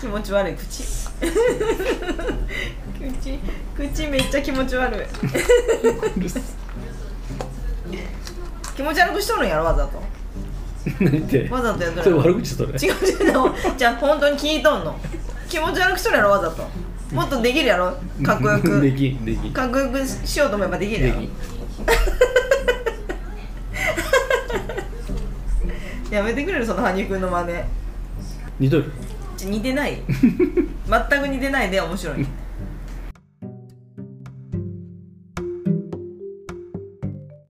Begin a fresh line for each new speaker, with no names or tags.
気持ち悪い口 口口めっちゃ気持ち悪い気持ち悪くしとるんやろわざと
何って
わざとやっと
そ
る
れ
やろ
悪口それ
違う違うじゃあ本当に聞いとんの気持ち悪くしとるやろわざともっとできるやろかっこよ
で
く
きんできん
かっこよくしようと思えばできる
で
や
き
ろ
ん
やめてくれるその羽生くんの真似
似とる
ちょ似てない全く似てないで面白い